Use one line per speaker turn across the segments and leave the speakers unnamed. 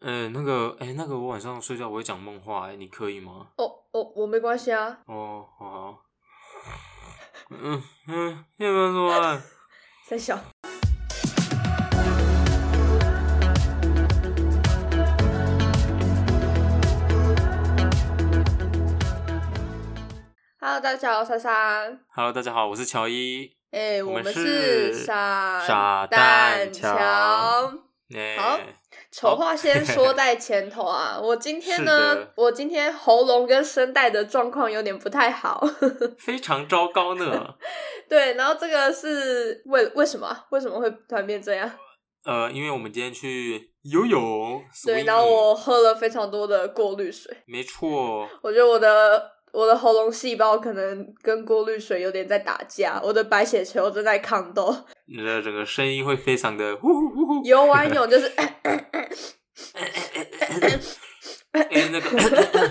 哎、那个，哎、那个，我晚上睡觉我会讲梦话、哎，你可以吗？
哦哦，我没关系啊。
哦，好啊。嗯嗯，要不要说啊？
三小，Hello，大家好，我是珊珊。
Hello，大家好，我是乔伊。
哎、
我
我
们
们
是
是傻
傻蛋
蛋
乔
乔。
哎、
好丑话先说在前头啊，我今天
是
呢
的，
我今天喉咙跟声带的状况有点不太好。
非常糟糕呢。
对，然后这个是为为什么啊？为什么会突然变这样？
呃，因为我们今天去游泳，
对，
swinging
然后我喝了非常多的过滤水，
没错，
我觉得我的我的喉咙细胞可能跟过滤水有点在打架，我的白血球正在抗斗，
你的整个声音会非常的呼呼呼呼。
游完泳就是
哎、那个，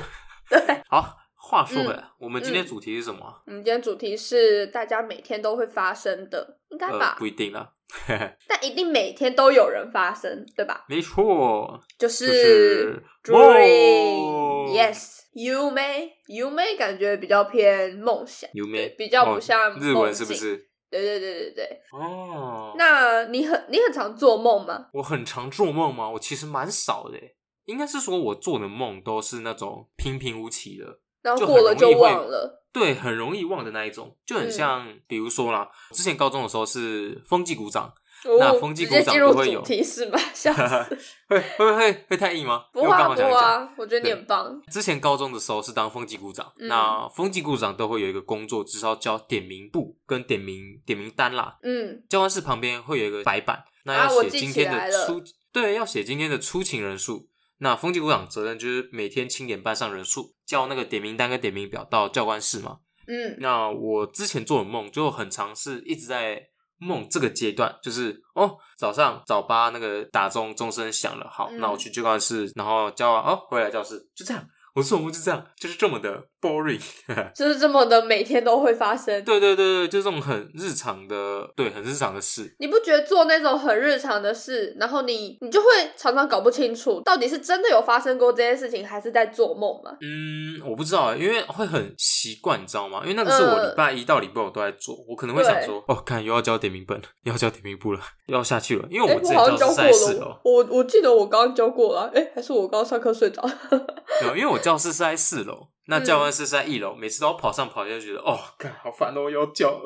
对。嗯
好，话说回来，我们今天主题是什么啊？
我嗯们今天主题是大家每天都会发生的，应该
呃
吧，？
不一定啦。
但一定每天都有人发生，对吧？
没错，
就
就是哦梦
dream，yes。You may you may 感觉比较偏梦想，
有没
对比较不像
日
梦
文是不
境
是？
对对对对对。
哦，
那你很你很常做梦吗？
我很常做梦吗？我其实蛮少的耶，应该是说我做的梦都是那种平平无奇的，
然后
就
过
很
了
容
就
易会
忘了。
对，很容易忘的那一种，就很
嗯
像，比如说啦，之前高中的时候是风纪鼓掌，那
哦，
风纪
直
股
接
长
进
都
入
会
主
有
题是吗？笑死！
会会会会太硬吗？
不
因为
会
我刚
啊
好
不
想
会
讲，
啊，我觉得你
对
很棒。
之前高中的时候是当风纪股长，
嗯
那风纪股长都会有一个工作，就是要交点名簿跟点名点名单啦。
嗯，
教官室旁边会有一个白板，那
啊
要
我
写
记
今
起
天
来
的
了
出，对，要写今天的出勤人数。那风纪股长责任就是每天清点班上人数，叫那个点名单跟点名表到教官室嘛。
嗯，
那我之前做的梦就很尝试一直在梦这个阶段，就是哦，早上早八那个打钟钟声响了，好，
嗯
那我去教官室，然后教完哦回来教室，就这样，我做梦就这样，就是这么的 boring。
就是这么的，每天都会发生。
对对对对，就这种很日常的，对，很日常的事。
你不觉得做那种很日常的事，然后你你就会常常搞不清楚，到底是真的有发生过这件事情，还是在做梦嘛？
嗯，我不知道欸，因为会很习惯，你知道吗？因为那个是我
呃
礼拜一到礼拜五都在做，我可能会想说，哦，看又要交点名本，又要交点名簿了，又要下去了，因为
哎、
我之
我
前
好像
教
教
室是哦在
过
四
了
楼，，
我我记得我刚刚教过了，哎、还是我刚刚上课睡着。
没有啊因为我教室是在四楼，那
嗯
教官室是在一楼，每次都要跑上跑下，就觉得哦，看好烦哦，又要叫，呃，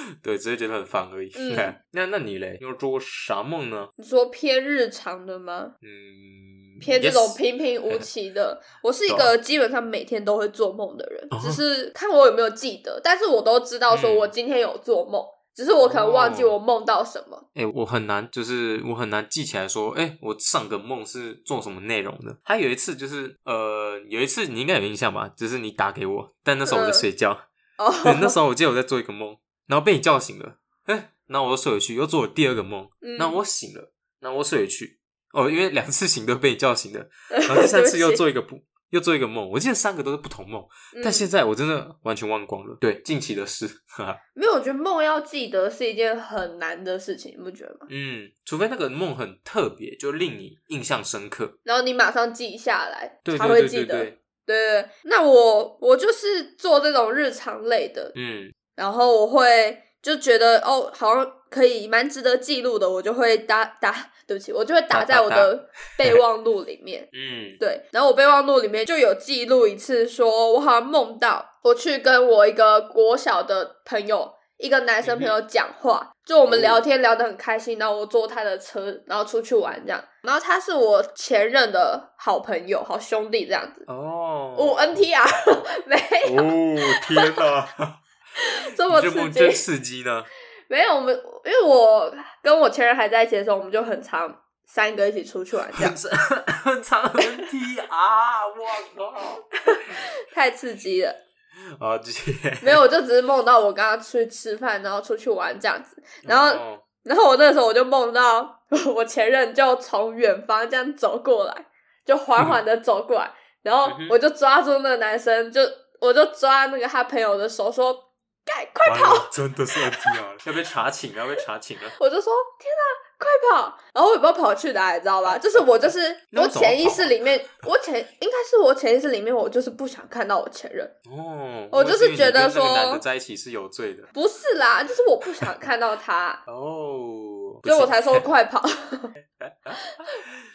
对，只是觉得很烦而已。
嗯
那那你嘞，你有做过啥梦呢？
你说偏日常的吗？
嗯，
偏这
yes 哎
种平平无奇的。我是一
对啊
个基本上每天都会做梦的人
哦，
只是看我有没有记得。但是我都知道说
嗯
我今天有做梦，只是我可能忘记
哦
我梦到什么。
哎、我很难，就是我很难记起来说，哎、我上个梦是做什么内容的。还有一次就是，呃，有一次你应该有印象吧，就是你打给我，但那时候我在
嗯
睡觉，
哦，
对，那时候我记得我在做一个梦，然后被你叫醒了，哎、然后我又睡回去，又做了第二个梦，
嗯
那我醒了，然后我睡回去，哦，因为两次醒都被你叫 醒了，然后第三次又做一个不，又做一个梦，我记得三个都是不同梦，
对不起，
但现
嗯、
在我真的完全忘光了，对，近期的事，哈哈。
没有，我觉得梦要记得是一件很难的事情，你不觉得吗？
嗯，除非那个梦很特别，就令你印象深刻。
然后你马上记下来，
对
才
对
会
对
记
对
得。
对，
对那我我就是做这种日常类的，
嗯，
然后我会就觉得哦，好像可以蛮值得记录的，我就会打打，对不起，我就会打
打
在我
打
的备忘录里面。
嗯，
对，然后我备忘录里面就有记录一次说，我好像梦到我去跟我一个国小的朋友，一个男
嗯
生朋友讲话，就我们
哦
聊天聊得很开心，然后我坐他的车，然后出去玩这样。然后他是我前任的好朋友、好兄弟这样子。
哦，
哦，NTR 没
哦，天 哪，
这么
你这
刺
梦
激
真，刺激呢。
没有，我们因为我跟我前任还在一起的时候，我们就很常三个一起出去玩，这样
很长很长 NT 啊！我
太刺激了。
靠！啊，继续。
没有，我就只是梦到我跟他去吃饭，然后出去玩这样子。 然后，
哦
然后我那时候我就梦到 我前任就从远方这样走过来，就缓缓的走过来，然后
嗯哼
我就抓住那个男生，就我就抓那个他朋友的手说：“盖，快
完
跑！”
了，真的是 NT 啊！要被查寝了，要被查寝了。
我就说：“天啊，快跑！然后我也不知道跑去哪，你知道吧？就是我就是
那
我
为什么要啊
潜意识里面，我潜应该是我潜意识里面，我就是不想看到我前任。
哦，
我就是
以为你
觉得
跟那
说
个男的在一起是有罪的，
不是啦，就是我不想看到他
哦，
所以我才说快跑。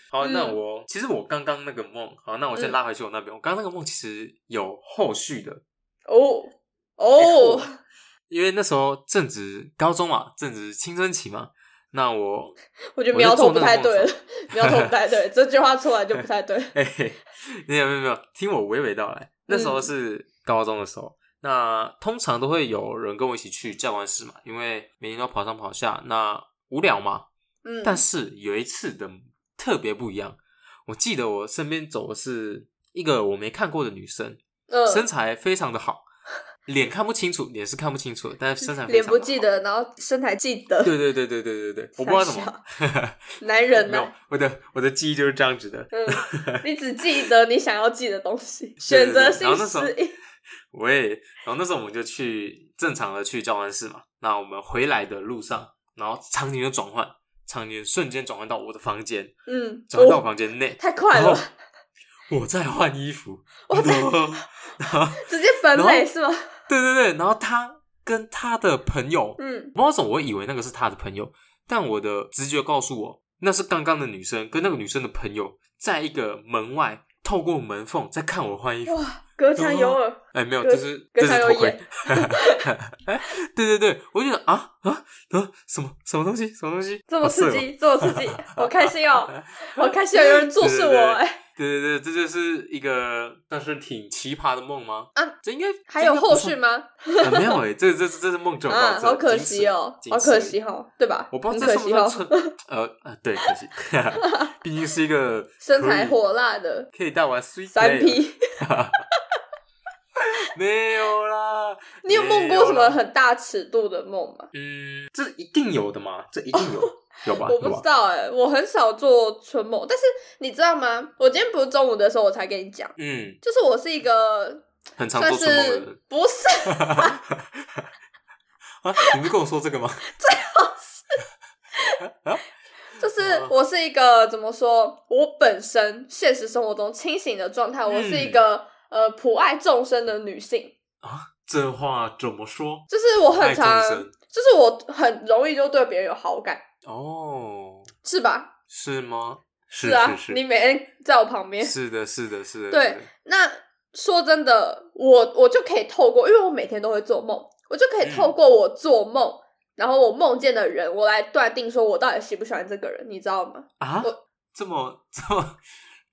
好，那
嗯
我、其实我刚刚那个梦，好，那我先
嗯
拉回去我那边。我刚刚那个梦其实有后续的
哦
哦
哦，，
因为那时候正值高中嘛，正值青春期嘛，那我
我觉得苗头不太对
我
了
就，
苗头不 太对，这句话出来就不太对。
哎、嘿，没有没有没有，听我娓娓道来。那时候
嗯
是高中的时候，那通常都会有人跟我一起去教官室嘛，因为每天都跑上跑下，那无聊嘛，
嗯，
但是有一次的特别不一样，我记得我身边走的是一个我没看过的女生，身
嗯，
材非常的好，脸看不清楚，脸是看不清楚的，但是身材非
脸
常地
不
好
记。得，然后身材记得，
对对对对对对对，我不知道怎么，
男人
没有
呢？
我的我的记忆就是这样子的。
嗯， 你只记得你想要记的东西，
对
选择
然
性
后那时候
失忆。
我也，然后那时候我们就去正常的去教官室嘛，那我们回来的路上，然后场景就转换，场景瞬间转换到我的房间，
嗯，
转换到我
哦
房间内，
太快
然
了
后，我再换衣服，
我在
然后
直接本
然
垒
后
是吗？
对对对，然后他跟他的朋友，
嗯，
不知道为什么我会以为那个是他的朋友，但我的直觉告诉我，那是刚刚的女生跟那个女生的朋友，在一个门外透过门缝在看我换衣服。
哇，隔墙有耳，
哎，没有，
跟
就是
跟
这
他
是
有
头盔
眼。
对对对，我就想啊啊啊，什么什么东西，什么东西，
这么
好色
刺
哦
激，这么刺 激，好开心哦，好开心哦，有人注视
对对对
我，哎，
对对对，这就是一个算是挺奇葩的梦吗？
啊，
这应该
还有后续
吗？
吗？
呃没有哎、这这这是梦就到
啊，
这
好可
仅此
惜哦，
仅
好
此
可
而已
惜哦，对吧？
我不知道这
很可
算不
惜
算
哦，
春，呃呃，对，可惜， 毕竟是一个
身
可
材
以
火辣的
可以啊带完 C
三 P，
没有啦。
你有梦
没
过什
有
么
啦？
很大尺度的梦吗？
嗯，这一定有的嘛，这一定有，有吧？
哦我不
有
知
吧？
道哎，我很少做春梦，但是你知道吗？我今天不是中午的时候我才跟你讲，
嗯，
就是我是一个
很常
算
做春梦的
是
人
不是。
啊！你们跟我说这个吗？
就是
嗯
我是一个怎么说，我本身现实生活中清醒的状态，我是一个
嗯
呃普爱众生的女性，
这话怎么说？
就是我很常
爱众，生
就是我很容易就对别人有好感，
哦，
是吧？
是吗？是
啊，
是
你每天在我旁边
是，，是的，是的，是的，
对
是的，
那说真的，我我就可以透过，因为我每天都会做梦，我就
嗯
可以透过我做梦，然后我梦见的人，我来断定说我到底喜不喜欢这个人，你知道吗？
啊
我，
这么这么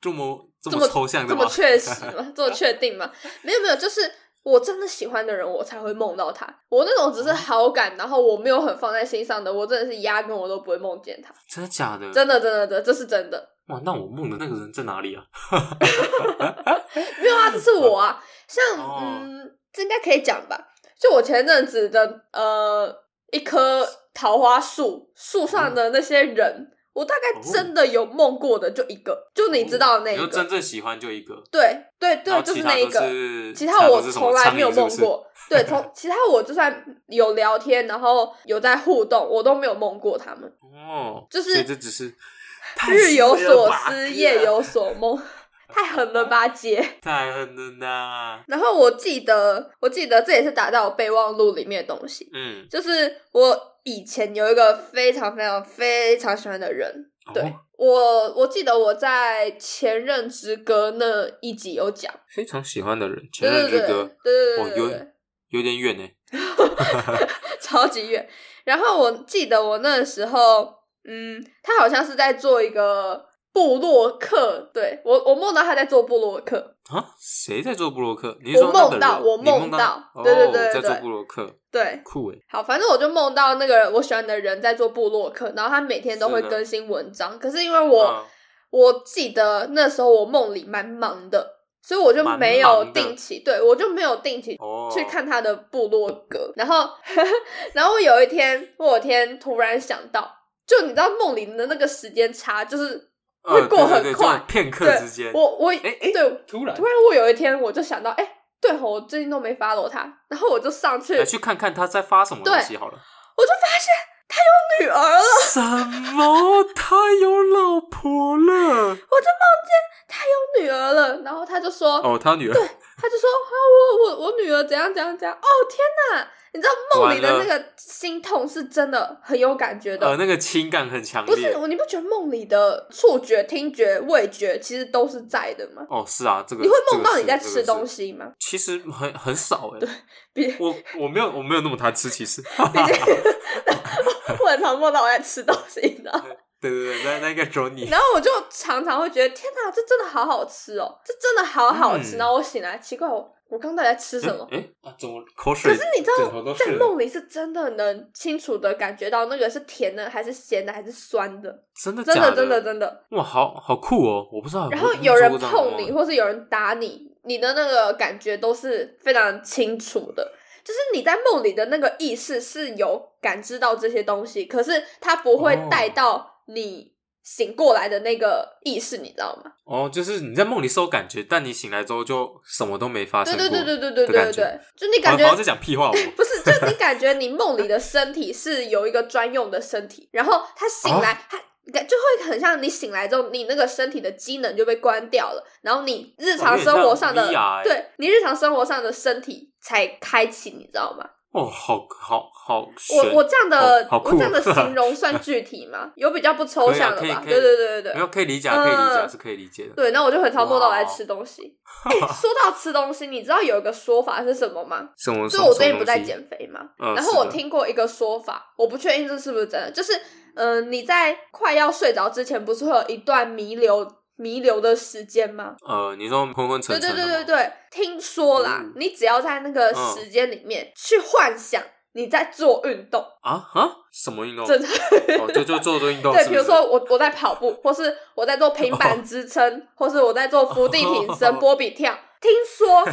这么这
这么
么抽象
这
的
么
吗？
确实 吗？这么确定吗？没有没有，就是我真的喜欢的人，我才会梦到他。我那种只是
嗯
好感，然后我没有很放在心上的，我真的是压根我都不会梦见他。
真的假的？
真的真的真的，这是真的。
哇，那我梦的那个人在哪里啊？
没有啊，这是我啊。像
嗯哦
嗯，这应该可以讲吧？就我前阵子的呃一棵桃花树树上的那些人。我大概真的有梦过的就一个，就你知道的那一
哦你
个
说，真正喜欢就一个，
对对
然
对，
后
就
其他
那一
都
个。
是
其他
都
我
是什
从
么
来没有
苍蝇
梦
是不是
过。对，从其他我就算有聊天，然后有在互动，我都没有梦过他们。
哦，
就是
所以这只是太
日有
虚了
所
吧啊
思，夜有所梦， 太狠了吧，姐！
太狠了呐。
然后我记得，我记得这也是打到我备忘录里面的东西，
嗯，
就是我以前有一个非常非常非常喜欢的人，对、
哦，
我，我记得我在《前任之歌》那一集有讲，
非常喜欢的人，前
对
任
对对
之
对对
歌
对
哦
对对
有
对。
有点远呢。
超级远。然后我记得我那时候，嗯，他好像是在做一个布洛克，对我我梦到他在做布洛克，
啊，谁在做布洛克？你是说
我
那个
梦到
人
我
你
梦
到
到，对对
哦
对对
在做
对
布洛克，
对，
酷诶。
好，反正我就梦到那个我喜欢的人在做布洛克，然后他每天都会
是的
更新文章，可是因为我、
嗯
我记得那时候我梦里蛮忙的，所以我就
蛮
没有
忙的
定期，对我就没有定期
哦，
去看他的部落格，然后 然后我有一天，我有一天突然想到，就你知道梦里的那个时间差，就是
呃
会过
对对
很
对
快
就片刻
对
之间。
我我
哎哎
对，突
突然
然我有一天我就想到，哎，对吼，我最近都没 follow 他，然后我就上去，我
来
就
去看看他在发什么东
对
西好了。
发现他有女儿了，
什么？他有老婆 了？
我在梦见他有女儿了，然后他就说，
哦，他女儿
他就说啊，我我我女儿怎样怎样怎样。哦天哪，你知道梦里的那
完
个心痛是真的很有感觉的，
呃，那个情感很强
不是
烈。？
你不觉得梦里的触觉、听觉、味觉其实都是在的吗？
哦，是啊，这个
你会梦到你在吃
西。这个
东
是
西吗？
其实很很少哎、
毕
我我没有我没有那么贪吃，其 实。
毕竟 我很常梦到我在吃东西，你知道吗。
对对对，那那应该只有你。
然后我就常常会觉得，天哪，这真的好好吃哦，这真的好好吃。
嗯
然后我醒来，奇怪，我我刚到底在吃什么？
哎、诶啊，怎么口
可
水？
是你知
枕头
道，
都
在
睡了
梦里是真的能清楚的感觉到那个是甜的还是咸的还是酸的，
真的
真
假
的
的
真的真的。
哇，好好酷哦！我不知道。
然
我
后
没
有人
做过这样的
碰你，
梦啊
或是有人打你，你的那个感觉都是非常清楚的。就是你在梦里的那个意识是有感知到这些东西，可是它不会
哦
带到你醒过来的那个意识，你知道吗？
哦，就是你在梦里是有感觉，但你醒来之后就什么都没发生
对
过。
对对对对
的
对对
感觉
对，就你感
好
觉
好像在讲屁话哦我。
不是，就你感觉你梦里的身体是有一个专用的身体，然后他醒
啊
来，他感就会很像你醒来之后，你那个身体的机能就被关掉了，然后你日常生活上的
哦有点像 VR 欸，
对你日常生活上的身体才开启，你知道吗？
哦，好好好
我
悬。
我这样的
好好
我
酷
这样的形容算具体吗？有比较不抽
可以啊
象的
可以
吧？
可以
对对对对
没
对
有。可以理解啊，可以理解啊，
嗯
是可以理解的。
对，那我就很常梦到我在
哇哦
吃 东西。哎，说到吃东西，你知道有一个说法是什么吗？
什么？
就
什么
我最近不
什么
在
东西
减肥嘛，
嗯
然后我
是的
听过一个说法，我不确定这是不是真的，就是，嗯、你在快要睡着之前，不是会有一段弥留弥留的时间吗？
呃，你说昏昏沉
对
沉
对
的
对
吗
对对，听说啦，
嗯
你只要在那个
嗯
时间里面去幻想你在做运动，
啊啊，什么运动？
正常。
哦，就就做做运动。
对，
是
比
不
如
是哦
说我我在跑步，或是我在做平板支撑，或是我在做伏地挺身、波比跳。听说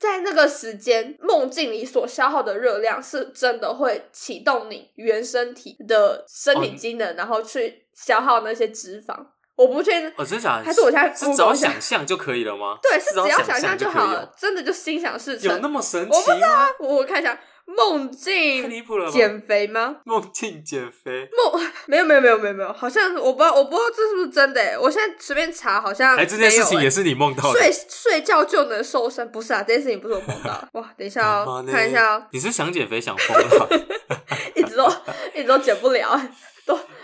在那个时间，梦境里所消耗的热量是真的会启动你原身体的身体
哦
机能，然后去消耗那些脂肪。我不确定，
哦，真的假的？
还是我现在
是只
Google
要
一下
想象就可以了吗？
对，是只
只要
要
想
想象
象就可以
好了
哦，
真的就心想事
有
成
那。么神
我不
奇吗？
我看一下梦
太
境
离谱了吧！
减肥吗？
梦境减肥，
梦 没有没有没有没有没有，好像我不知道我不知道这是不是真的、欸，我现在随便查好像
哎，这件事情
没有欸
也是你梦到的。
睡睡觉就能瘦身，不是啊？这件事情不是我梦到 的。哇，等一下
干
哦
嘛，呢
看一下哦，
你是想减肥想疯 了，
一 直都一直都减不了，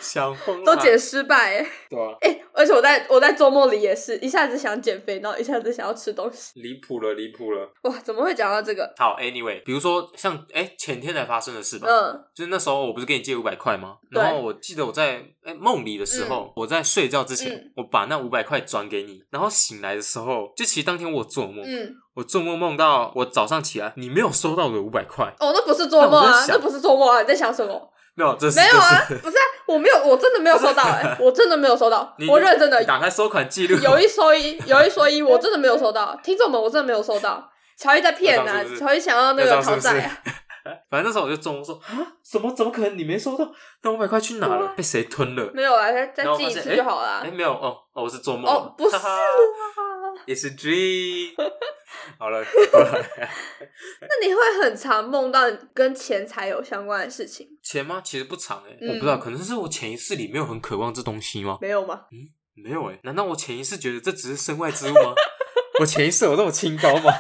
想疯了，
都减失败欸。
对啊，
哎、而且我在我在做梦里也是一下子想减肥，然后一下子想要吃东西。
离谱了，离谱了。
哇，怎么会讲到这个？
好，anyway，比如说像哎前天才发生的事吧，
嗯
就是那时候我不是跟你借五百块吗？
对
然后我记得我在哎梦里的时候，我在睡觉之前，
嗯
我把那五百块转给你，然后醒来的时候，就其实当天我有做梦，
嗯，
我做梦梦到我早上起来，你没有收到我的五百块，
哦，那不是做梦
那我
啊
在，想
那不是做梦啊，你在想什么？
没有，这是
没有啊
这 是，
不是啊，我没有，我真的没有收到、 哎，我真的没有收到
你，
我认真的
你打开收款记录，
有一说一，有一说一，我真的没有 收到，听众们，我真的没有收到。乔伊在骗
要这
啊
样是不，是
乔伊想要那个
要这
讨
样是
债
不是
啊。
反正那时候我就中午说啊，怎么怎么可能你没收到？那五百块去哪
对
了
啊？
被谁吞了？
没有啦，再再
然后
记一
发现
次就好啦。
哎、没有哦，哦，我是做梦了
哦，不是啦
哈哈 It's a dream 好了。好了，
那你会很常梦到跟钱财有相关的事情，
钱吗？其实不长哎、
嗯
我不知道，可能是我潜意识里没有很渴望这东西吗？
没有吗？
没有哎、难道我潜意识觉得这只是身外之物吗？ 我潜意识有这么清高 吗？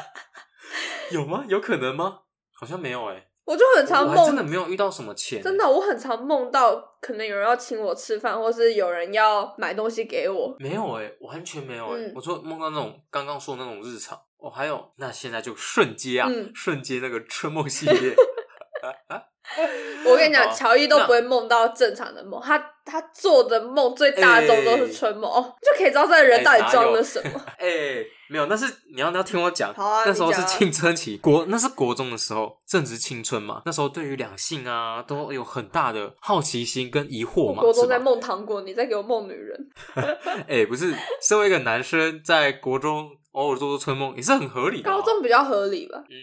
有吗？有可能吗？好像没有哎、
我就很常
我还真的
梦，
没有遇到什么钱、
真的，我很常梦到可能有人要请我吃饭，或是有人要买东西给我。
没有哎、完全没有哎、
嗯
我就梦到那种刚刚说的那种日常。哦，还有，那现在就瞬接啊，
嗯
瞬接那个春梦系 列。
我跟你讲，
好
乔伊都不会梦到正常的梦，他他做的梦最大宗都是春梦，哦，就可以知道这个人到底
哎哪有
装了什么。
哎、没有，那是你要你要听我讲。
好啊
那时候
你讲
是
啊
青春期，国那是国中的时候，正值青春嘛。那时候对于两性啊，都有很大的好奇心跟疑惑
我
嘛。
国中
是吧
在梦糖果，你在给我梦女人。
哎、不是，身为一个男生，在国中偶尔做做春梦也是很合理的、
高，中比较合理吧？
嗯，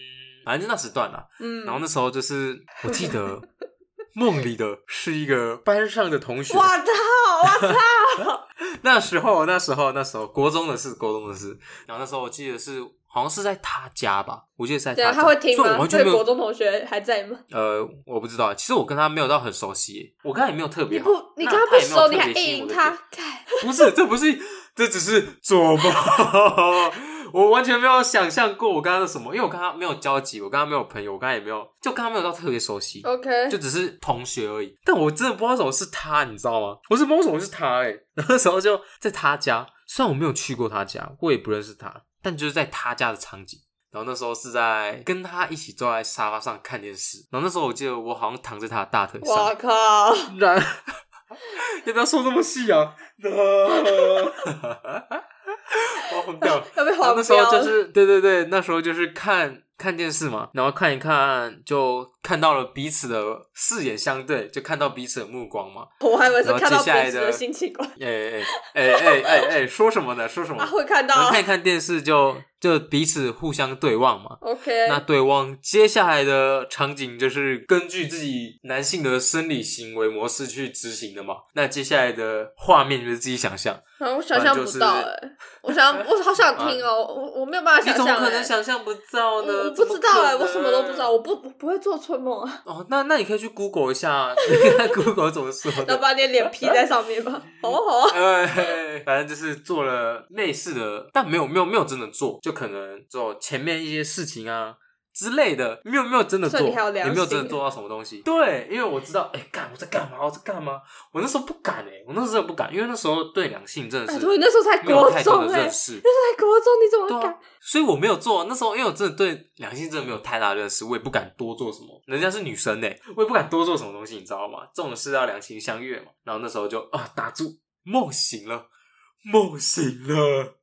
反正就那时段啦。
嗯，
然后那时候就是，我记得 梦里的是一个班上的同学
我。操， 我操，
那时候，那时候，那时候，国中的事，国中的事。然后那时候我记得是好像是在他家吧，我记得是在
对
他
啊，
家。
他会听
所以我
吗？
完
这
全没
个国
有
中同学还在吗？
呃，我不知道。其实我跟他没有到很熟悉耶，我跟他也没有特
你
别好。
不，你
那
跟
他
他不
也没有
熟，
特
你
别
还
吸引
硬
我的
他
点，
干
不是，这不是，这只是做梦。 我完全没有想象过我跟他是什么，因为我跟他没有交集，我跟他没有朋友，我跟他也没有，就跟他没有到特别熟悉，
，OK，
就只是同学而已。但我真的不知道为什么是他，你知道吗？我是不知道为什么是他哎、欸， 那时候就在他家，虽然我没有去过他家，我也不认识他，但就是在他家的场景。然后那时候是在跟他一起坐在沙发上看电视，然后那时候我记得我好像躺在他的大腿上，
我靠，
然， 要不要说这么细啊？ 我疯掉了。
要被
然后
黄
那时候
标
就
了。
是，对对对，那时候就是看看电视嘛，然后看一看，就看到了彼此的视野相对，就看到彼此的目光嘛。
我还以为是
然后
看到
接下来
彼此
的
的性 器官，
哎哎哎哎哎哎，说什么呢？说什么
啊，？会看
然后
到
看一看电视就，就彼此互相对望嘛。
，OK，
那对望接下来的场景就是根据自己男性的生理行为模式去执行的嘛。那接下来的画面就是自己想象，
然后我想象
不然就是
不
啊
到哎，我想我好想听哦，我我没有办法
你
想
怎么
象
可能
哎。
想象不到呢？
我我
怎
不
么
知道哎、
可能
我什么都不知道，。我不我不会做春梦啊，
哦，那那你可以去 Google 一下， 你看 Google 怎么说
然后
的。
把你的脸 P 在上 面吧，好啊好啊，
哎，反正就是做了类似的，但没有没有没有真的做，就可能做前面一些事情啊之类的，没有没有真的做，
所以你还有良
也
心
没有真的做到什么东西。对，因为我知道，哎、干我在干嘛？我在干嘛？我那时候不敢哎、我那时候真的不敢，因为那时候对两性真的
拜
是
托你哎那时候才
没有
国
太多
中
的
哎、
认识。
那才国中你怎么
对
会
啊
敢？，
所以我没有做。那时候因为我真的对两性真的没有太大认识，我也不敢多做什么。人家是女生呢、欸我也不敢多做什么东西，你知道吗？这种事要两情相悦嘛。然后那时候就啊，打住，梦醒了，梦醒了。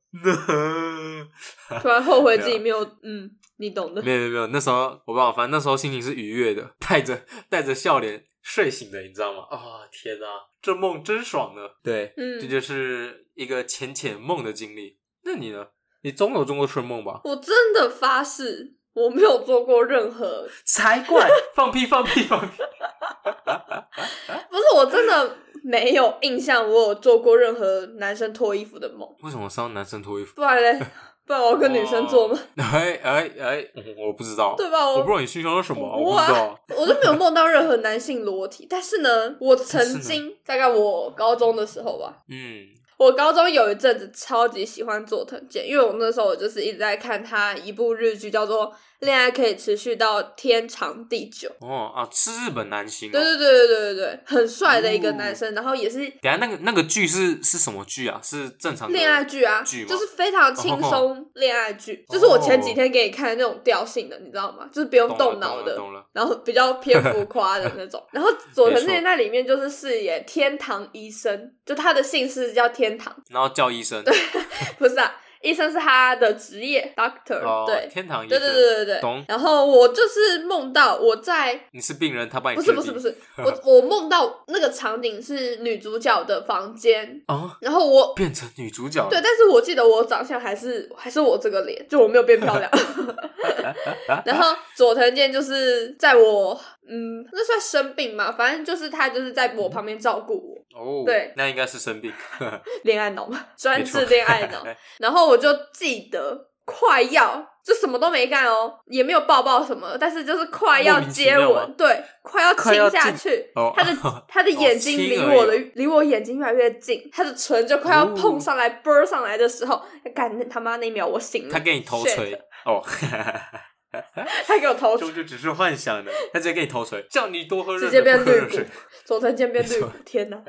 突然后悔自己
对啊
没有，嗯，你懂的。
没有没有没有，那时候我不知道，反正那时候心情是愉悦的，带着带着笑脸睡醒的，你知道吗？啊、天哪，这梦真爽呢。对，
嗯
这就是一个浅浅梦的经历。那你呢？你总有做过春梦吧？
我真的发誓，我没有做过任何，
才怪！ 放屁放屁放屁！
不是我真的没有印象，我有做过任何男生脱衣服的梦，
为什么是要男生脱衣服？
不然嘞，不然我要跟女生做吗？
哎哎哎，嗯我不知道，
对吧？
我
我
不知道你需求是什么，我
我啊
不知道。
我都没有梦到任何男性裸体，但是呢，我曾 经大概我高中的时候吧，
嗯，
我高中有一阵子超级喜欢佐藤健，因为我那时候我就是一直在看他一部日剧，叫做《恋爱可以持续到天长地久》。
哦啊，是日本男星、哦。
对对对对对对对，很帅的一个男生，然后也是
等一下那个那个剧是是什么剧啊？是正常的
恋爱剧啊，
哦剧吗哦
就是非常轻松恋爱剧，就是我前几天给你看的那种调性的，你知道吗？就是不用
懂了
动脑的，
懂了
然后比较偏浮夸的 那种。然后佐藤
没
健
错
在里面就是饰演天堂医生，就他的姓氏叫天堂，
然后叫医生。
不是啊，医生是他的职业 doctor，、
哦，
对。
天堂医
对
生。
对对对对
懂，
然后我就是梦到我在
你是病人，他帮你
不
治
是
病
不 是不是，我我梦到那个场景是女主角的房间，
啊，
然后我
变成女主角了。
对，但是我记得我长相还是还是我这个脸，就我没有变漂亮。 然后佐藤健就是在我嗯，那算生病嘛，反正就是他就是在我旁边照顾我，
哦，
对
那应该是 生病。
恋爱脑嘛， 专
没错
治恋爱脑。然后我就记得快要。就什么都没干哦，也没有抱抱什么，但是就是快要
莫名其
接
妙吗
吻，对，快要
快
亲
要
下
进
去，
哦，
他的 他的眼睛离我的、
亲而已
离我眼睛越来越近，他的唇就快要碰上来、啵、上来的时候，感他妈那一秒我醒了，
他给你头
Shit，
锤哦。
他给我头
终
锤，
究只是幻想的，他直接给你头锤，叫你多喝热
直接
水，
变
多喝
绿
热
谷
水。，
佐藤健变绿谷，天哪，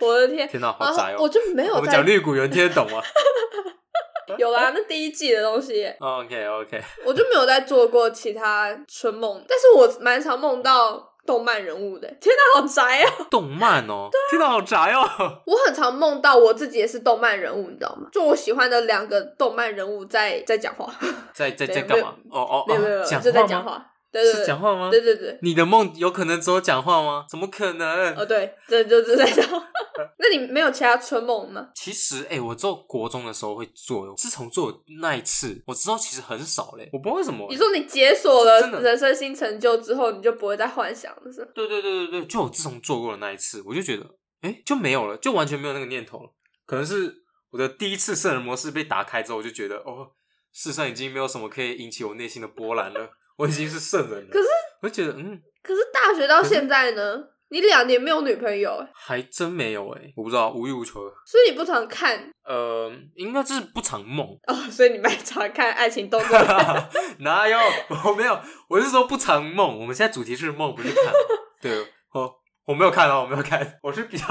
我的天！
天哪，好
然
宅
后啊我
哦！
就没有
我们讲
在
绿谷，有人听得懂吗
有啦，那第一季的东西，
？OK OK，
我就没有再做过其他春梦，但是我蛮常梦到动漫人物的。天哪，好宅啊！
动漫哦，听到好宅哦。
我很常梦到我自己也是动漫人物，你知道吗？就我喜欢的两个动漫人物在在讲话，
在在
没有
在干嘛？哦哦
没有没
哦，
有，没有
讲
就在
话
讲
吗？
话，对对
是
对，
讲话吗
对？对对，
你的梦有可能只有讲话吗？怎么可能
哦？对，这就是在这样。 那你没有其他春梦吗？
其实，哎、我只有国中的时候会做，自从做那一次，我知道其实很少嘞，我不知道为什么
你。说你解锁了
真的
人生新成就之后，你就不会再幻想了，是吗？
对对对对对，就我自从做过的那一次，我就觉得，哎、就没有了，就完全没有那个念头了。可能是我的第一次圣人模式被打开之后，我就觉得，哦，世上已经没有什么可以引起我内心的波澜了，我已经是圣人了。
可是，
我就觉得嗯，
可是大学到现在呢，你两年没有女朋友、欸，
还真没有哎、我不知道，无欲无求。
所以你不常看
呃，应该就是不常 梦，
哦，所以你蛮常看爱情动作片。
哪有？我没有，我是说不常梦。我们现在主题是梦，不是看。 对，我我没有看哦，我没有看，我是比较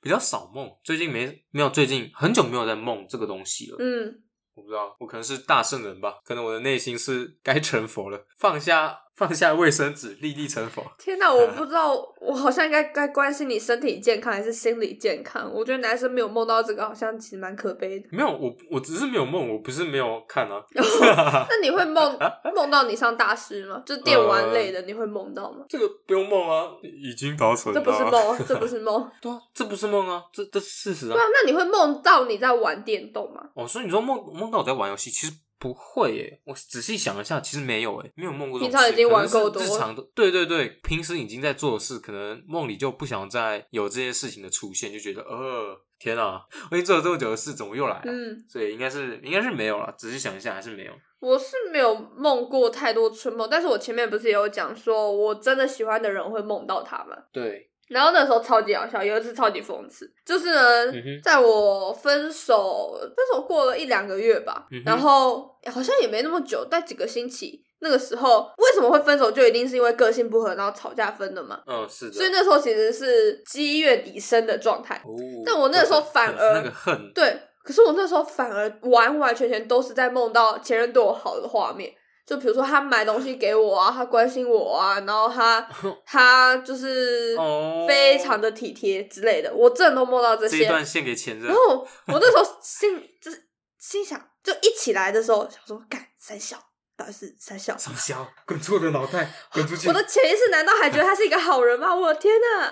比较少梦，最近没没有，最近很久没有在梦这个东西了。
嗯，
我不知道，我可能是大圣人吧，可能我的内心是该成佛了，放下放下卫生纸，立地成佛。。
天哪，我不知道，我好像应该该关心你身体健康还是心理健康。我觉得男生没有梦到这个，好像其实蛮可悲的
没有，我我只是没有梦，我不是没有看啊。
那你会梦梦到你上大师吗？就电玩类的，你会梦到吗？
这个不用梦啊，已经保存
这
了。啊
不是，梦，这不是梦。
对啊，这不是梦啊，这这是事实啊
对啊。，那你会梦到你在玩电动吗？
哦，所以你说梦梦到我在玩游戏，其实不会耶。我仔细想一下，其实没有耶，没有梦过这种
平常
事
已经
可能
玩
是
够多
日常的对对对，平时已经在做的事，可能梦里就不想再有这些事情的出现，就觉得呃，天啊，我已经做了这么久的事，怎么又来了、
嗯，
所以应该是应该是没有了，仔细想一下还是没有。
我是没有梦过太多春梦，但是我前面不是也有讲说，我真的喜欢的人会梦到他吗？
对，
然后那时候超级好笑，有一次超级讽刺，就是呢，
嗯哼
在我分手分手过了一两个月吧，
嗯哼
然后好像也没那么久，但几个星期。那个时候为什么会分手，就一定是因为个性不合，然后吵架分的嘛。
嗯，是的。
所以那时候其实是积怨已深的状态。
哦
但我那时候
对
反
对
而
那个恨，
对，可是我那时候反而完完全全都是在梦到前任对我好的画面，就比如说他买东西给我啊，他关心我啊，然后他他就是
哦
非常的体贴之类的，我真的都梦到这
这一
些。
段献给前任
然。后我那时候心就是心想，就一起来的时候想说，干三小到底是三小。
什么小滚出我的脑袋，滚 出去！
我的潜意识难道还觉得他是一个好人吗？我的天哪！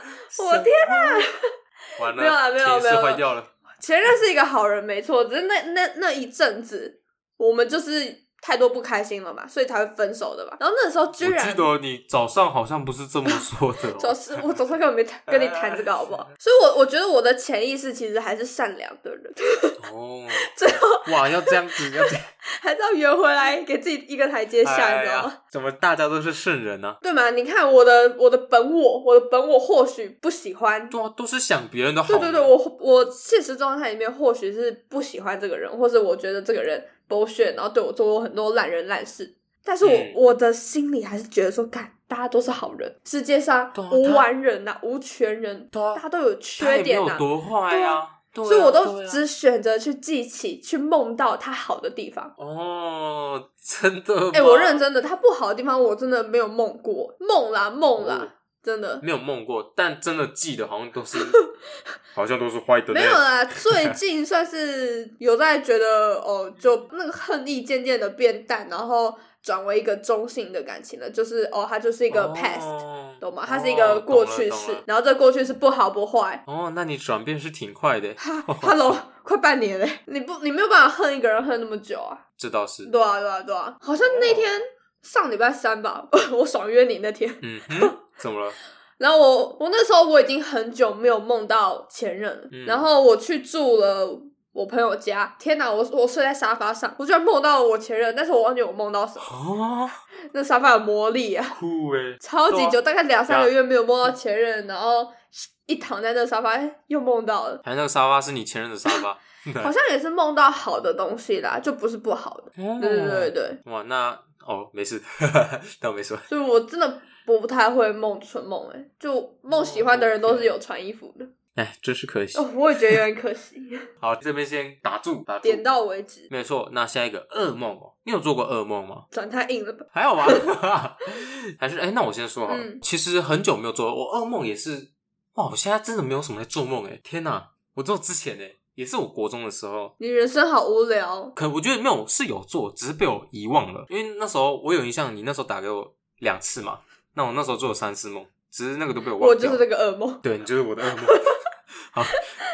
我
天哪！完了，
没有啊没有
潜意识
没有
坏掉了。
前任是一个好人，没错，只是那那那一阵子，我们就是太多不开心了嘛，所以才会分手的嘛。然后那时候居然
我记得你早上好像不是这么说的、 哦，
总是我总是跟我没谈跟你谈这个好不好？所以我，我觉得我的潜意识其实还是善良的人，
哦，
最后
哇，要这样子，要这 样，
还是要圆回来，给自己一个台阶下，
哎
你知道吗？
呀，怎么大家都是圣人呢、
对嘛？你看我的我的本我，我的本我或许不喜欢，
对啊，都是想别人的好
对
呢。
对对，我我现实状态里面或许是不喜欢这个人，或是我觉得这个人 bullshit，然后对我做过很多烂人烂事，但是我、
嗯
我的心里还是觉得说，干，大家都是好人，世界上
对啊
无
他
完人呐、无全人，
对啊
大家都有
他
缺
也没
点
有
呐、
多坏
对
呀、
啊
对啊
所以我都
对啊
只选择去记起，去梦到他好的地方。
哦，真的吗，
哎、我认真的，他不好的地方我真的没有梦过，梦啦梦啦，
哦
真的。
没有梦过，但真的记得好像都 是，好像都是坏的呢。
没有啊啦，最近算是有在觉得哦，就那个恨意渐渐的变淡，然后转为一个中性的感情了，就是哦，它就是一
一
个 past，、懂吗？它是一
哦
个过
懂了
去
懂
式，
了
然后这过去式不好不坏。
哦，那你转变是挺快的，
哈，Hello，快半年嘞，你不你没有办法恨一个人恨那么久啊？
这倒是。
对啊，对啊，对啊，好像那天。上礼拜三吧，我爽约你那天，
嗯 哼，怎么了？
然后我我那时候我已经很久没有梦到前任了，
嗯
然后我去住了我朋友家，天哪，我我睡在沙发上，我居然梦到了我前任，但是我忘记我梦到什么，
哦，
那沙发有魔力啊，
酷哎，
超级久，
对啊
大概两三个月没有梦到前任，然后一躺在那沙发哎又梦到了。
还有那个沙发是你前任的沙 发，
好像也是梦到好的东西啦，就不是不好的。
对
对对对对，
哇，那哦没事， 但我没说。
所以我真的不太会梦春梦，哎，就梦喜欢的人
哦
都是有穿衣服的。
哎，真是可惜。
哦，我也觉得有点可惜，
好，这边先打住，打住。
点到为止。
没错，那下一个噩梦哦，你有做过噩梦吗？
转太硬了吧？
还好吧， 还是哎、那我先说好了。
嗯
其实很久没有做，我噩梦也是哇，我现在真的没有什么在做梦哎，天哪，我只有之前哎，也是我国中的时候，
你人生好无聊。哦
可我觉得没有是有做，只是被我遗忘了。因为那时候我有印象，你那时候打给我两次嘛，那我那时候做了三次梦，只是那个都被我忘
我
掉
就
了。
是这个噩梦。
对，你就是我的噩梦。 好，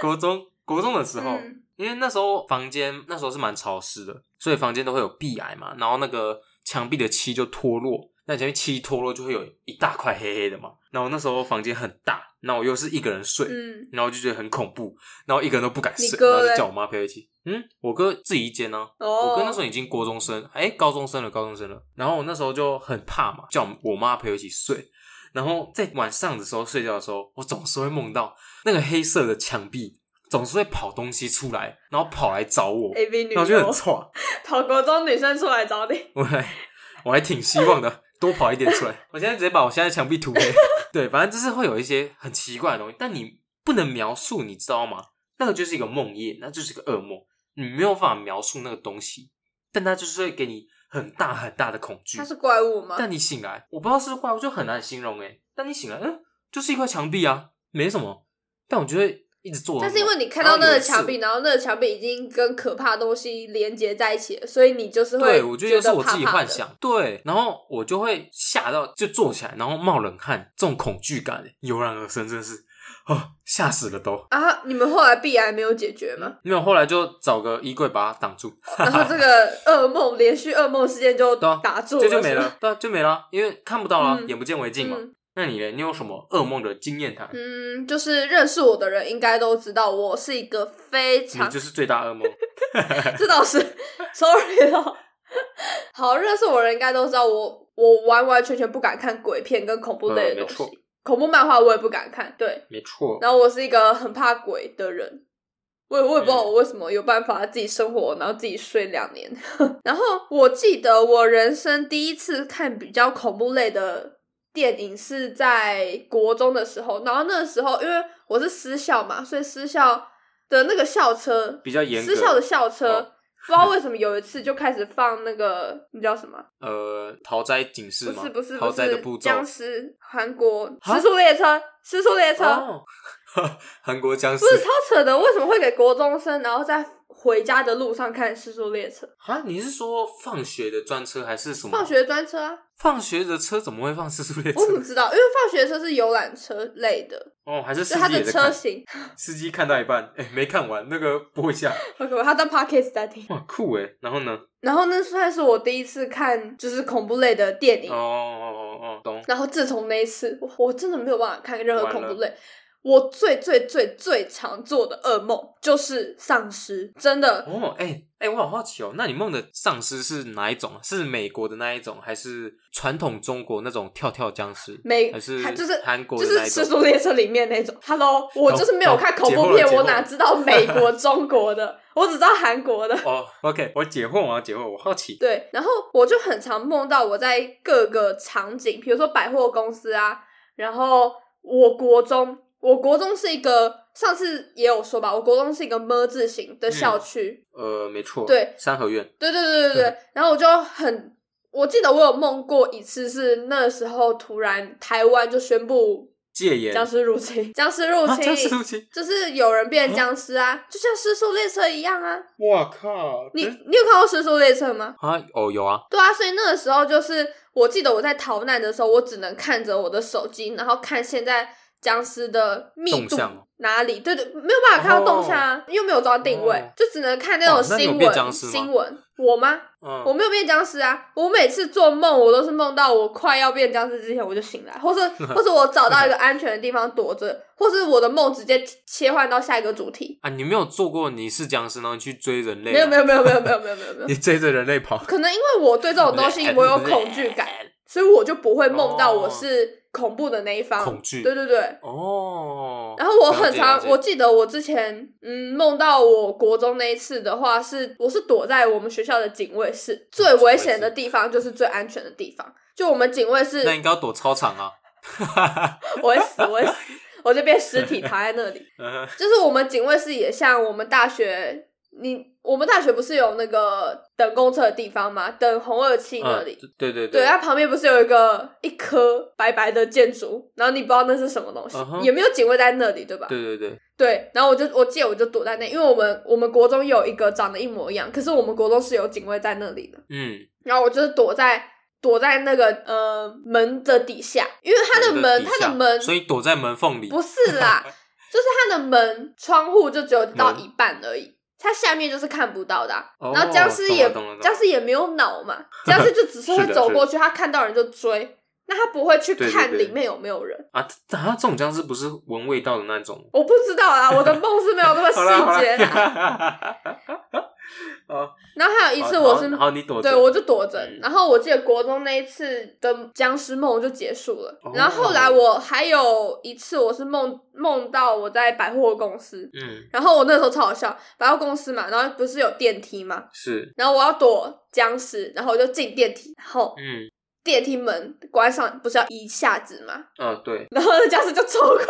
国中国中的时候，
嗯
因为那时候房间那时候是蛮潮湿的，所以房间都会有壁癌嘛，然后那个墙壁的漆就脱落，那前面漆脱落就会有一大块黑黑的嘛。然后那时候房间很大，那我又是一个人睡，
嗯，
然后就觉得很恐怖，然后一个人都不敢
你
睡，
哥
然后就
嘞
叫我妈陪我一起。嗯，我哥自己一间呢、啊
哦，
我哥那时候已经国中生，哎、高中生了，高中生了。然后我那时候就很怕嘛，叫我妈陪我一起睡。然后在晚上的时候睡觉的时候，我总是会梦到那个黑色的墙壁总是会跑东西出来，然后跑来找我，
哦 A B 哎女
然后就
优
很，嗯错，啊
跑国中女生出来找你，
我还我还挺希望的，多跑一点出来。我现在直接把我现在墙壁涂黑。 对，反正就是会有一些很奇怪的东西，但你不能描述，你知道吗？那个就是一个梦魇，那就是一个噩梦，你没有办法描述那个东西，但它就是会给你很大很大的恐惧
她。是怪物吗？
但你醒来，我不知道是不是怪物，就很难形容诶。但你醒来，嗯，就是一块墙壁啊，没什么。但我觉得一直做噩梦，
但是因为你看到那个墙壁，
然后有一次，
然后那个墙壁已经跟可怕的东西连接在一起了，所以你就是会
对我觉得又是我自己
怕怕
幻
的。
想，对，然后我就会吓到，就坐起来，然后冒冷汗，这种恐惧感欸油然而生，真的是哦，吓死了都。
啊！你们后来必然没有解 决吗？
没有，后来就找个衣柜把它挡住，
然后这个噩梦连续噩梦事件就
对啊
打住
这就没
是吗
了，对啊，就没了，因为看不到啦，
嗯
眼不见为净嘛。
嗯
那你呢？你有什么噩梦的经验谈？
嗯，就是认识我的人应该都知道，我是一个非常
你就是最大 噩梦。
这倒是，sorry 咯。好，认识我的人应该都知道我，我完完全全不敢看鬼片跟恐怖
嗯没
类的东西，
错
恐怖漫画我也不敢看。对，
没错，
然后我是一个很怕鬼的人，我也我也不知道
嗯
我为什么有办法自己生活，然后自己睡两年。 然后我记得我人生第一次看比较恐怖类的电影是在国中的时候，然后那个时候因为我是私校嘛，所以私校的那个校车
比较严格。
私校的校车，
哦
不知道为什么有一次就开始放那个，你叫什么？
呃，逃灾警示
不
吗？
是不是
逃
不
灾的步骤。
是，僵尸韩国
啊
《时速列车》《时速列车》
哦， 韩国僵尸
啊不。是超扯的，为什么会给国中生，然后在回家的路上看《时速列车》？
啊，你是说放学的专车还是什么？
放学专车啊，
放学的车怎么会放四速列车
我？怎么知道？因为放学车是游览车类的，
哦，还是司
就它
机
的
也在
车
看？
型，
司机看到一半， 哎、没看完，那个播一下，
好可怕，它当 podcast 在听。
哇，酷哎。然后呢？
然后那算是我第一次看就是恐怖类的电影，
哦哦哦哦，懂。
然后自从那一次，我我真的没有办法看任何
完了
恐怖类。我最最最最常做的噩梦就是丧尸，真的。
哦，哎、哎、我好好奇哦，那你梦的丧尸是哪一种啊？是美国的那一种，还是传统中国那种跳跳僵 尸？
每
还是
还就是
韩国
就
的
是
那
《
一
时
种？哦
速列车》里面那种。Hello，我就是没有看恐
解惑
怖
了
片，
解惑
我
了
哪知 道美国、中国的？我只知道韩国的。
哦，OK，我解惑，我要解惑，我好奇。
对，然后我就很常梦到我在各个场景，比如说百货公司啊，然后我国中，我国中是一个上次也有说吧，我国中是一个么字形的校区，
呃，没错，
对，
三合院，
对对对对对，然后我就很，我记得我有梦过一次，是那时候突然台湾就宣布
戒严，
僵尸入侵，僵尸入
啊，
侵，
僵尸入侵，
就是有人变僵尸啊，就像《失速列车》一样啊。
哇靠！
你
嗯
你有看过《失速列车》吗？
啊，哦，有啊，
对啊，所以那个时候就是，我记得我在逃难的时候，我只能看着我的手机，然后看现在僵尸的密
动
度
向
哪里，对对，没有办法看到动向啊，又没有抓定位，
哦
就只能看那
哇
种
那你有
新
变
闻、
僵尸吗
新闻。我吗？
嗯，
我没有变僵尸啊！我每次做梦，我都是梦到我快要变僵尸之前我就醒来，或是或是我找到一个安全的地方躲着，或是我的梦直接切换到下一个主题。
啊，你没有做过你是僵尸，然后你去追人类，啊
没有没，有没有没有没有没有没有没 有
你，追着人类跑，
可能因为我对这种东西我有恐惧感，所以我就不会梦到我是恐怖的那一方。
哦恐惧
对对对。
哦。
然后我很
了
常，
解
我记得我之前，嗯，梦到我国中那一次的话，是我是躲在我们学校的警卫室，
哦
最危险的地方就是最安全的地方。就我们警卫室，
那应该要躲操场 啊。
我会死，我会死，我就变尸体躺在那里。
嗯
就是我们警卫室也像我们大学，你我们大学不是有那个等公车的地方吗？等红二期那里。
嗯对对
对，啊它旁边不是有一个一棵白白的建筑，然后你不知道那是什么东西
嗯哼
也没有警卫在那里，对吧？
对对对，
对然后我就我记得我就躲在那，因为我们我们国中有一个长得一模一样，可是我们国中是有警卫在那里的，
嗯，
然后我就是躲在躲在那个呃门的底下，因为它的门
底
它
下
的门
所以躲在门缝里。
不是啦，就是它的门窗户就只有到
门
一半而已，它下面就是看不到的啊、
哦
然后僵尸也
懂了懂了懂了
僵尸也没有脑嘛，僵尸就只是会
是的
走过去，他看到人就追，那他不会去
对对
看
对
里面有没有人。
啊，这好像这种僵尸不是闻味道的那种。
我不知道啊，我的梦是没有那 么
好啦好
细节的。啊
啦， 哦，
然后还有一次
好
我是
好好你躲着，
对，我就躲着
嗯。
然后我记得国中那一次的僵尸梦就结束了
哦。
然后后来我还有一次，我是梦梦到我在百货公司，
嗯
然后我那时候超好笑，百货公司嘛，然后不是有电梯嘛，
是
然后我要躲僵尸，然后我就进电梯，然后
嗯
电梯门关上，不是要一下子嘛，
嗯 对，哦
然后那僵尸就冲过来，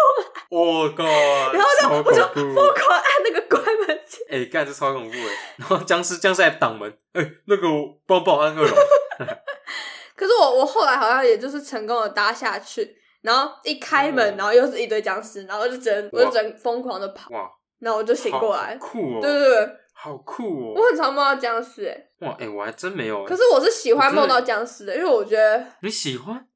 我靠，然
然后就我就
就
疯狂按那个关门键。
哎、干这超恐怖哎！然后僵尸僵尸还挡门，哎、那个我帮我按 二楼，
可是我我后来好像也就是成功的搭下去，然后一开门，
哦
然后又是一堆僵尸，然后就只能我就只能疯狂的跑，
哇，
然后我就醒过来
好。酷哦，
对对对，
好酷
我
哦，
很常梦到僵尸、欸，
哇，哎、我还真没有哎。
可是我是喜
我
欢
真的
梦到僵尸的，因为我觉得
你喜欢？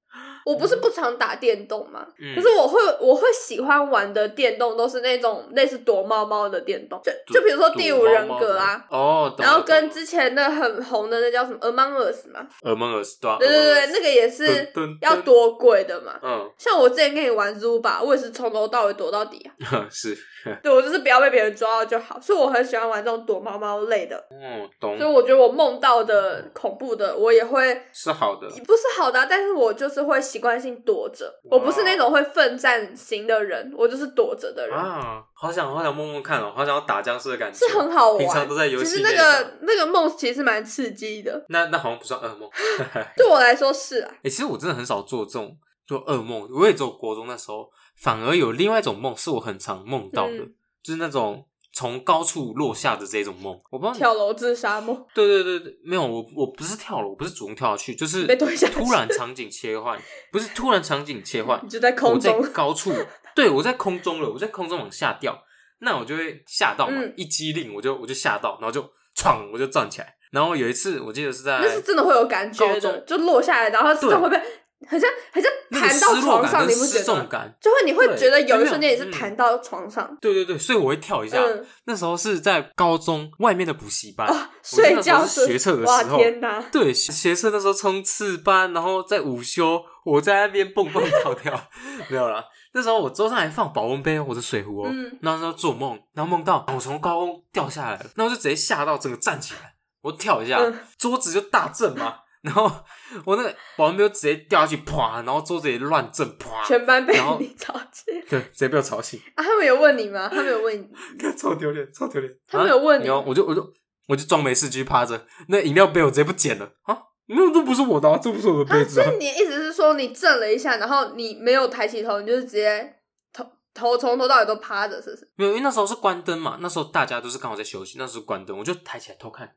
我不是不常打电动嘛，
嗯，
可是我会我会喜欢玩的电动都是那种类似躲猫猫的电动，就就比如说第五人格啊。
躲猫猫的哦，懂
然后
了
跟
懂了
之前那很红的那叫什么 Among Us 嘛，
Among Us 对啊
对对对，
Among
那个也
Us
是
噔噔嗯
要躲鬼的嘛。
噔
像我之前跟你玩 Zuba，我也是从头到尾躲到底啊。
嗯 是，
对，我就是不要被别人抓到就好。所以我很喜欢玩这种躲猫猫类的。
嗯，懂
所以我觉得我梦到的恐怖的，我也会
是好的，
不是好的啊、但是我就是会习惯性躲着。
哇
我不是那种会奋战型的人，我就是躲着的人，
啊，好想好想摸摸看哦，好想要打僵尸的感觉，
是很好
平常
玩
都。在游
其
戏
实
里
那
面
个
打
那个梦其实蛮刺激的，
那那好像不算噩梦。
对我来说是啊。
哎、其实我真的很少做这种做噩梦，我也只有国中那时候，反而有另外一种梦是我很常梦到的，
嗯
就是那种从高处落下的这种梦。我不知道你，
跳楼自杀梦，
对对对对，没有，我我不是跳了，我不是主动跳下去，就是
被推下去
突然场景切换，不是突然场景切 换
你，就在
我
空
在
中，
高处，对我在空中了，我在空中往下掉，那我就会吓到嘛，
嗯
一激灵我就我就吓到，然后就闯，我就站起来。然后有一次，我记得是在
那是真的会有感觉
高
的，
中
就落下来，然后真的
对
会被，很像很像
那个
弹到
失落
床
感
上，
跟
你不
失
觉得吗
重？感，
就会你会
对
觉得有
就
一
没
瞬
有
间也是
嗯
弹到床上，
对对对，所以我会跳一下。
嗯
那时候是在高中外面的补习班，
啊，
我记得
睡
那时
觉
候是学测的
哇
时候，
天哪！
对学学测那时候冲刺班，然后在午休，我在那边蹦蹦跳跳， 没有啦。那时候我桌上还放保温杯哦，我的水壶哦。
嗯
那时候做梦，然后梦到我从高空掉下来了，那我就直接吓到，整个站起来，我跳一下，
嗯
桌子就大震嘛。然后我那个保温杯就直接掉下去，啪，然后桌子也乱震，啪，
全班被
然后
你 吵醒
对，直接被我吵醒。
啊！他们有问你吗？他们有问你，
看 超丢脸，超丢脸。
他没有问你
然后我就我就我就装没事继续趴着，那饮料杯我直接不捡了啊！那这不是我的、啊，这不是我的杯子
所
啊！
以你的意思是说你震了一下，然后你没有抬起头，你就是直接头头从头到尾都趴着，是不是？
没有，因为那时候是关灯嘛，那时候大家都是刚好在休息，那时候关灯，我就抬起来偷看。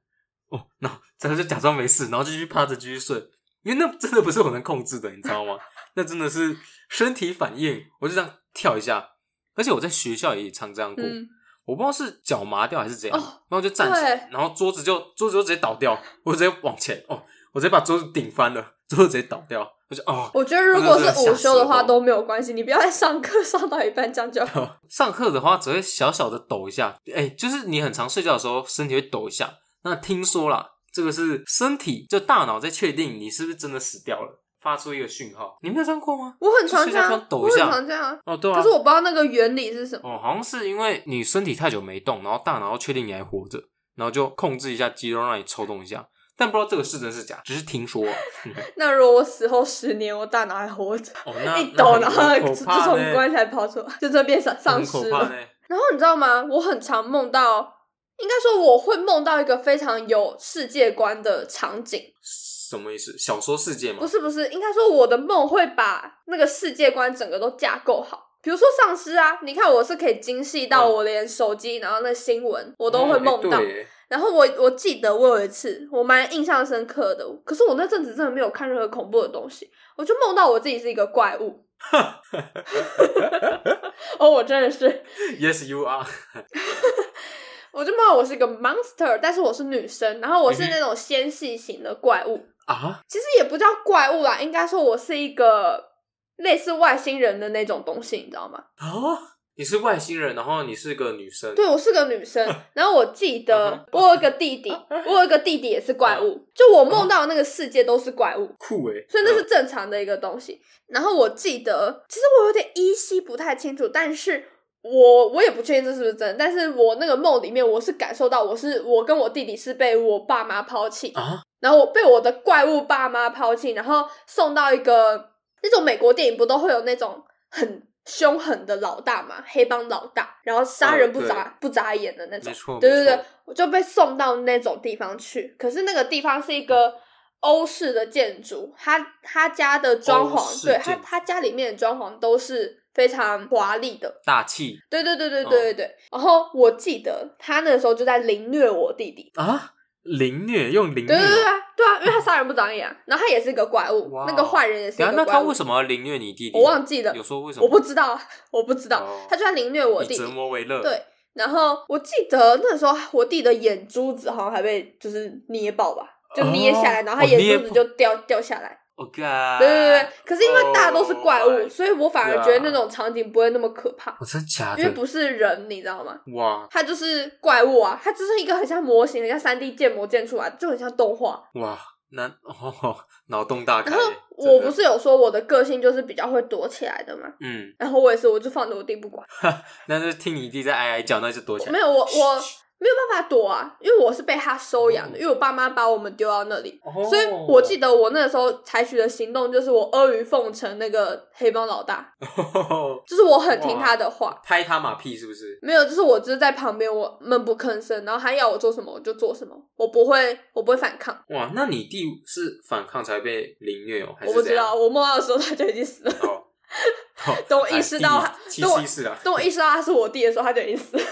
哦，然后然后就假装没事，然后就继续趴着继续睡，因为那真的不是我能控制的，你知道吗？ 那真的是身体反应，我就这样跳一下，而且我在学校也常这样过，
嗯，
我不知道是脚麻掉还是怎样，
哦
然后就站起来
对，
然后桌子就桌子就直接倒掉，我直接往前哦，我直接把桌子顶翻了，桌子直接倒掉，我就哦，
我觉得如果是午休的
那个真的吓
话
死我
都没有关系，你不要在上课上到一半这样就好。
上课的话只会小小的抖一下，哎、就是你很常睡觉的时候身体会抖一下。那听说啦，这个是身体就大脑在确定你是不是真的死掉了，发出一个讯号。你没有这样过吗？
我很常
就
这
睡觉突
样
然，抖
我
一
很
下
常这样啊。
哦，对啊，
可是我不知道那个原理是什么。
哦，好像是因为你身体太久没动，然后大脑要确定你还活着，然后就控制一下肌肉让你抽动一下，但不知道这个是真是假，只是听说啊、
那如果我死后十年，我大脑还活着，
哦， 那
一抖然
那
后
很
就
可
从
怕呢，
棺材跑出来，就这变丧丧
很
尸
可
了
怕。呢。
然后你知道吗？我很常梦到，应该说我会梦到一个非常有世界观的场景，
什么意思？小说世界吗
不？是不是，应该说我的梦会把那个世界观整个都架构好。比如说丧尸啊，你看我是可以精细到
嗯
我连手机，然后那新闻我
我
都会梦到。
哎对耶
然后我我记得我有一次我蛮印象深刻的，可是我那阵子真的没有看任何恐怖的东西，我就梦到我自己是一个怪物。 哦，我真的是，
Yes, you are。
我就梦到我是一个 monster，但是我是女生，然后我是
嗯哼
那种纤细型的怪物，
啊，
其实也不叫怪物啦，应该说我是一个类似外星人的那种东西，你知道吗？
啊，你是外星人，然后你是个女生，
对，我是个女生，然后我记得我有一个弟弟，我有一个弟弟也是怪物，就我梦到的那个世界都是怪物，
酷欸诶、
所以那是正常的一个东西。然后我记得，其实我有点依稀不太清楚，但是我我也不确定这是不是真的。但是我那个梦里面，我是感受到我是我跟我弟弟是被我爸妈抛弃，
啊，
然后我被我的怪物爸妈抛弃，然后送到一个那种美国电影不都会有那种很凶狠的老大嘛，黑帮老大，然后杀人不眨、不眨眼的那
哦
种
没。错，
呃对对
没错
对，，我就被送到那种地方去。可是那个地方是一个欧式的建筑，他他家的装
欧
潢，
式
对他
建筑
他家里面的装潢都是非常华丽的。
大气
对对对
嗯
对对对对。然后我记得他那个时候就在凌虐我弟弟。
啊，凌虐用凌虐
对对对
哦，
啊对啊，因为他杀人不眨眼啊，然后他也是一个怪物，
哇
那个坏人也是一
等一下
个
那他
怪物
为。什么要凌虐你弟弟？
我忘记了
有，说为什么？
我不知道，啊 我不知道
哦，
他就在凌虐我
以
弟弟
折。磨为乐，
对，然后我记得那时候我弟的眼珠子好像还被就是捏爆吧，就捏下来，
哦
然后他眼珠
哦捏
子
爆
就掉掉下来。
，Oh God，
对对对，可是因为大家都是怪物，
哦啊
所以我反而觉得那种场景不会那么可怕，
我哦真假
因
的？
为不是人，你知道吗？
哇
它就是怪物啊，它就是一个很像模型，很像三 D 建模建出来，就很像动画。
哇，那哦， 脑洞大开
然
耶。
后
真
我
的
不，是有说我的个性就是比较会躲起来的嘛，
嗯，
然后我也是，我就放着我弟不管，
那就听你弟在哀哀叫，那就躲起来
没。有我我
嘘
没有办法躲啊，因为我是被他收养的，
哦
因为我爸妈把我们丢到那里，
哦
所以我记得我那时候采取的行动就是我阿谀奉承那个黑帮老大，就是我很听他的话，
哦 拍他马屁是不是？
没有，就是我就是在旁边我闷不吭声，然后他要我做什么我就做什么，我不会我不会反抗。
哇，那你弟是反抗才被凌虐哦，还
我
是
不
怎
知
样
道，我梦到的时候他就已经死了。
哦， 哦
等我意识到
哎
他
弟弟七
等我
七是啊，
当我意识到他是我弟的时候，他就已经死了。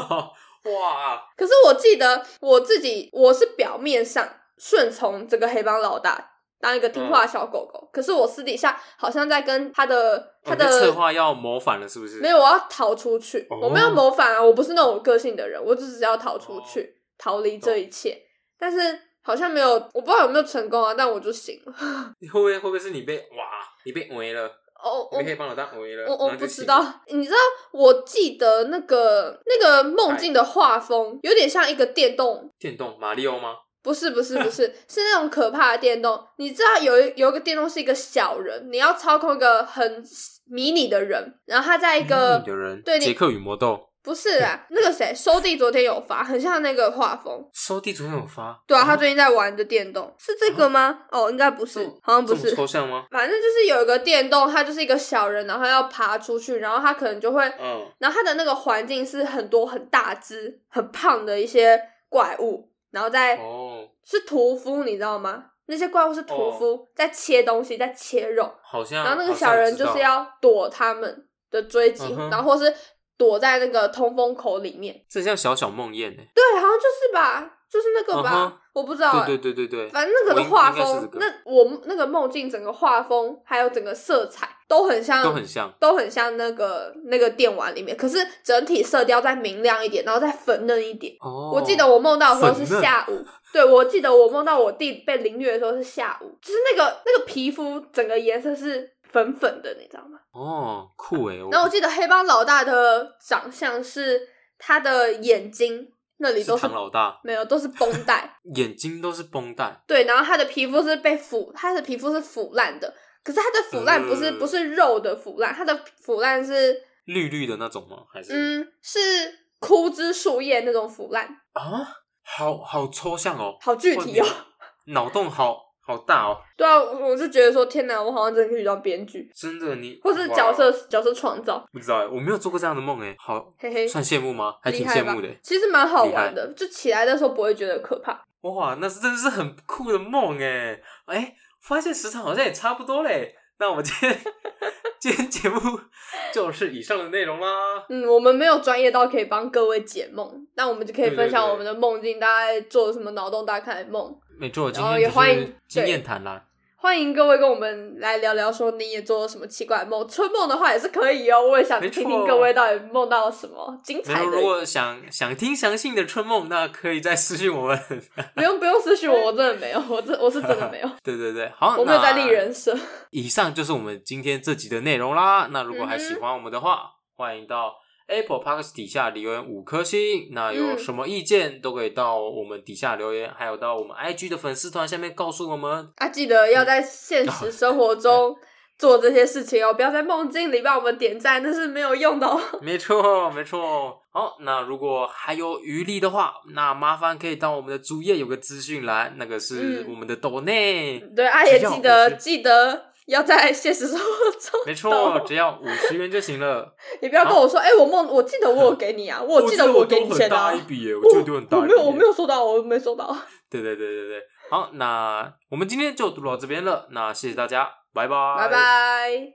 哇，
可是我记得我自己，我是表面上顺从这个黑帮老大，当一个听话的小狗狗。可是我私底下好像在跟他的
嗯
他
哦
的、
你策划要谋反了是不是？
没有，我要逃出去，
哦
我没有谋反啊，我不是那种个性的人，我只是要逃出
哦
去，逃离这一切。但是好像没有，我不知道有没有成功啊，但我就醒了。
你会不会会不会是你被哇你被围了，
哦，
你
我
被黑帮老大围了？
我
然
我
后
不
就
知
醒
道，你知道，我记得那个那个梦境的画风有点像一个电动
电动马里奥吗？
不是不是不 是，是那种可怕的电动。你知道有一有一个电动是一个小人，你要操控一个很迷你的人，然后他在一个
你的嗯人，
对你
杰克与魔豆，
不是啦，那个谁收地昨天有发，很像那个画风。
收地昨天有发，哦
对啊，他最近在玩的电动是这个吗？哦，应该不是
这么，
好像
这
不
么
是。
抽象吗？
反正就是有一个电动，它就是一个小人，然后要爬出去，然后他可能就会
嗯，
然后它的那个环境是很多很大只、很胖的一些怪物，然后在、
哦，
是屠夫，你知道吗？那些怪物是屠夫，在切东西，在切肉，
好像，
然后那
哦好
个
像
小人
知道
就是要躲他们的追击，
嗯哼
然后或是躲在那个通风口里面。
这像小小梦魇呢。
对，好像就是吧，就是那个吧，
嗯哼
我不知道、欸。
对对对对对，
反正那个
我
的
应
画
应该是
风，
这个
那我那个梦境整个画风，还有整个色彩都很像，
都很像。
都很像那个那个电玩里面，可是整体色调再明亮一点，然后再粉嫩一点。
哦，
我记得我梦到的时候是
粉嫩
下午，对我记得我梦到我弟被凌虐的时候是下午，就是那个那个皮肤整个颜色是粉粉的，你知道吗？
哦，酷哎，
然后我记得黑帮老大的长相是他的眼睛那里
是
都是
唐老大，
没有都是绷带，
眼睛都是绷带，
对，然后他的皮肤是被腐，他的皮肤是腐烂的，可是他的腐烂不是、
嗯
不是肉的腐烂，他的腐烂是
绿绿的那种吗？还是
嗯是枯枝树叶那种腐烂，
啊，好好抽象哦，
好具
哇
体哦。，
你脑洞好好大哦，
对啊，我我就觉得说天哪，我好像真的可以当编剧，
真的你
或是
哇
角色角色创造，
不知道哎，我没有做过这样的梦哎，好
嘿嘿，
算羡慕吗？还
厉
挺
害
羡
吧
慕的欸？。
其实蛮好
厉害
玩的，就起来的时候不会觉得可怕。
哇，那是真的是很酷的梦哎！哎，发现时长好像也差不多嘞。那我们今天今天节目就是以上的内容啦。
嗯，我们没有专业到可以帮各位解梦，那我们就可以
对
分
对
享
对
我们的梦境，大概做什么脑洞大开的梦。
没错，今
然
天
后哦也
就
欢
是
迎
经
对
验谈啦。
欢迎各位跟我们来聊聊，说你也做了什么奇怪的梦？春梦的话也是可以哦，我也想
没错
听听各位到底梦到了什么精
然
彩
后
的。
如果想想听详细的春梦，那可以再私信我们。
不用不用私信我，我真的没有，我真我是真的没有，
对对对，好，
我没有在
那
立人设。
以上就是我们今天这集的内容啦。那如果还喜
嗯哼
欢我们的话，欢迎到 Apple Park 底下留言五颗星。那有
嗯
什么意见都可以到我们底下留言，还有到我们 IG 的粉丝团下面告诉我们。
啊，记得
嗯
要在 现实生活中做这些事情哦，不要在梦境里帮我们点赞，那是没有用的哦。
没错，没错。好，那如果还有余力的话，那麻烦可以到我们的主页有个资讯栏，那个是
嗯
我们的抖内。
对，啊，也记
要我
得
是
记得要在现实生活中，哦
没错，只要五十元就行了。
你不要跟我说，哎、我梦，我记得我有给你啊， 我
我
记得
我
给
丢
你
很
钱啊
大一，笔耶，我记得丢很大
我
一笔
没
耶。
有，我没有收到，我没收到，
对对对对对，好，那我们今天就读到这边了，那谢谢大家，拜拜，
拜。拜。